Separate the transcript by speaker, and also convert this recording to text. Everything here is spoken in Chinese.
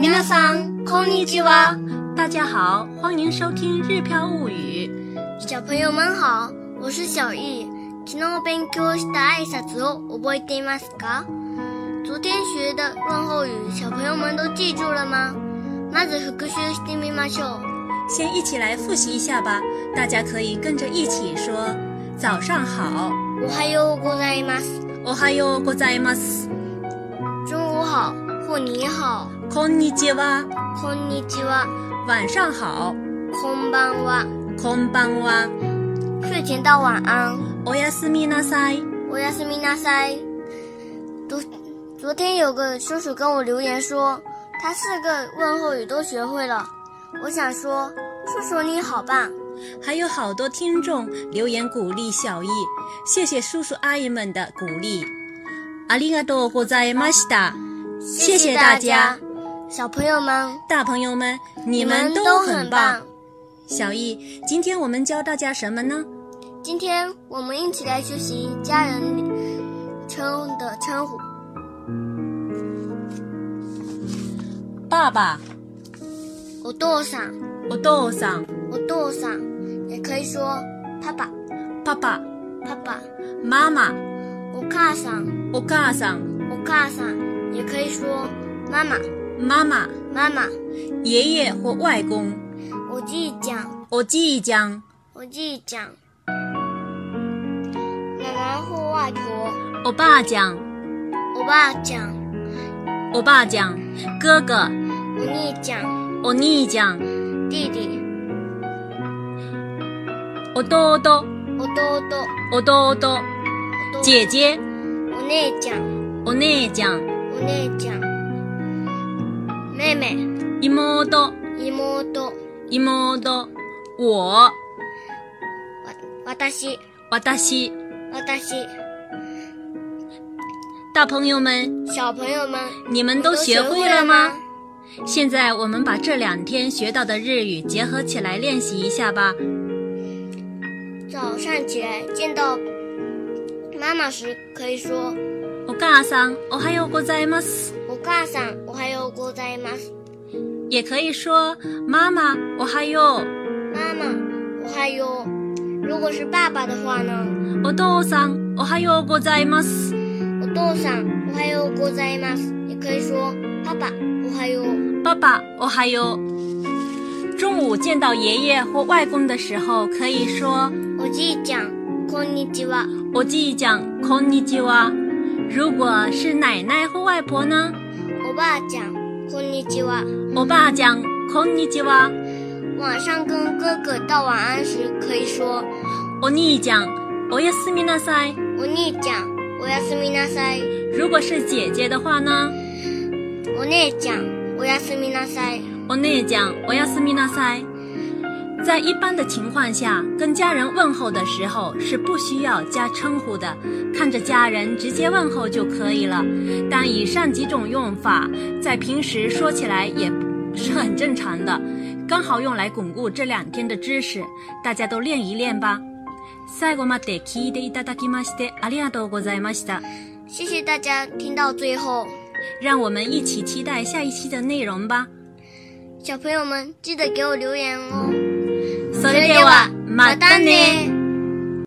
Speaker 1: 皆さんこんにちは。
Speaker 2: 大家好，欢迎收听《日飘物语》。
Speaker 1: 小朋友们好，我是小易。昨日勉強した挨拶を覚えていますか？昨天学的问候语，小朋友们都记住了吗？まず復習してみましょう。
Speaker 2: 先一起来复习一下吧，大家可以跟着一起说：“早上好，
Speaker 1: おはようございます。
Speaker 2: おはようございます，
Speaker 1: 中午好，或你好，
Speaker 2: こんにちは；
Speaker 1: こんにちは，
Speaker 2: 晚上好，
Speaker 1: こんばんは。
Speaker 2: こんばんは；
Speaker 1: 睡前到晚安。
Speaker 2: おやすみなさい。
Speaker 1: 我要是米娜塞。昨昨天有个叔叔跟我留言说，他四个问候语都学会了。我想说，叔叔你好棒！”
Speaker 2: 还有好多听众留言鼓励小易，谢谢叔叔阿姨们的鼓励。ありがとうございました。谢谢大家，，
Speaker 1: 小朋友们，
Speaker 2: 大朋友们，你们都很棒。。小易，今天我们教大家什么呢？
Speaker 1: 今天我们一起来学习家人称的称呼，
Speaker 2: 爸爸、
Speaker 1: 我多上，
Speaker 2: お父さん、
Speaker 1: 我多上，也可以说爸爸、
Speaker 2: パパ、
Speaker 1: 爸爸，
Speaker 2: 妈妈、
Speaker 1: 我卡上，
Speaker 2: お母さん、
Speaker 1: 我卡上，也可以说妈妈、
Speaker 2: 妈妈、
Speaker 1: 妈妈。
Speaker 2: 爷爷或外公、
Speaker 1: 我继续讲，
Speaker 2: おじいちゃん、
Speaker 1: 我继续讲。奶奶或外婆，
Speaker 2: おばあちゃん、
Speaker 1: 我爸讲，
Speaker 2: おばあちゃん、哥哥、
Speaker 1: 我弟讲，
Speaker 2: お兄ちゃん、
Speaker 1: 弟弟、
Speaker 2: 弟、
Speaker 1: 我兜兜，
Speaker 2: 弟、
Speaker 1: 我兜
Speaker 2: 姐，姐、
Speaker 1: 我内讲，
Speaker 2: お姉ちゃん、
Speaker 1: 我内讲，妹妹、妹、
Speaker 2: 妹、妹、我、
Speaker 1: わ私、
Speaker 2: 私。
Speaker 1: 私。
Speaker 2: 大朋友们，
Speaker 1: 小朋友们，
Speaker 2: 你们都学会了吗？？现在我们把这两天学到的日语结合起来练习一下吧。
Speaker 1: 早上起来见到妈妈时，可以说
Speaker 2: お母さん、おはようございます。
Speaker 1: “我母さんおはようございます”，
Speaker 2: 也可以说妈妈、おはよう。
Speaker 1: 妈妈，我还有。如果是爸爸的话呢？
Speaker 2: お父さん、おはようございます。
Speaker 1: 我豆上，我还有ございます，也可以说爸爸，我还有。
Speaker 2: 爸爸、おはよう。中午见到爷爷或外公的时候，可以说
Speaker 1: おじいちゃん、こんにちは。
Speaker 2: おじいちゃん、こんにちは。如果是奶奶或外婆呢？
Speaker 1: おばあちゃん、こんにちは。
Speaker 2: おばあちゃん、こんにちは。
Speaker 1: 晚上跟哥哥道晚安时，可以说
Speaker 2: お兄ちゃん、おやすみなさい。
Speaker 1: お兄ちゃん、おやすみなさい。
Speaker 2: 如果是姐姐的话呢？
Speaker 1: お姉ちゃん、おやすみなさい。
Speaker 2: お姉ちゃん、おやすみなさい。在一般的情况下，跟家人问候的时候是不需要加称呼的，看着家人直接问候就可以了。但以上几种用法在平时说起来也是很正常的，刚好用来巩固这两天的知识，大家都练一练吧。最後まで聞いていただきましてありがとうございました。
Speaker 1: 谢谢大家听到最后，
Speaker 2: 让我们一起期待下一期的内容吧。
Speaker 1: 小朋友们记得给我留言哦。
Speaker 2: それでは、またね。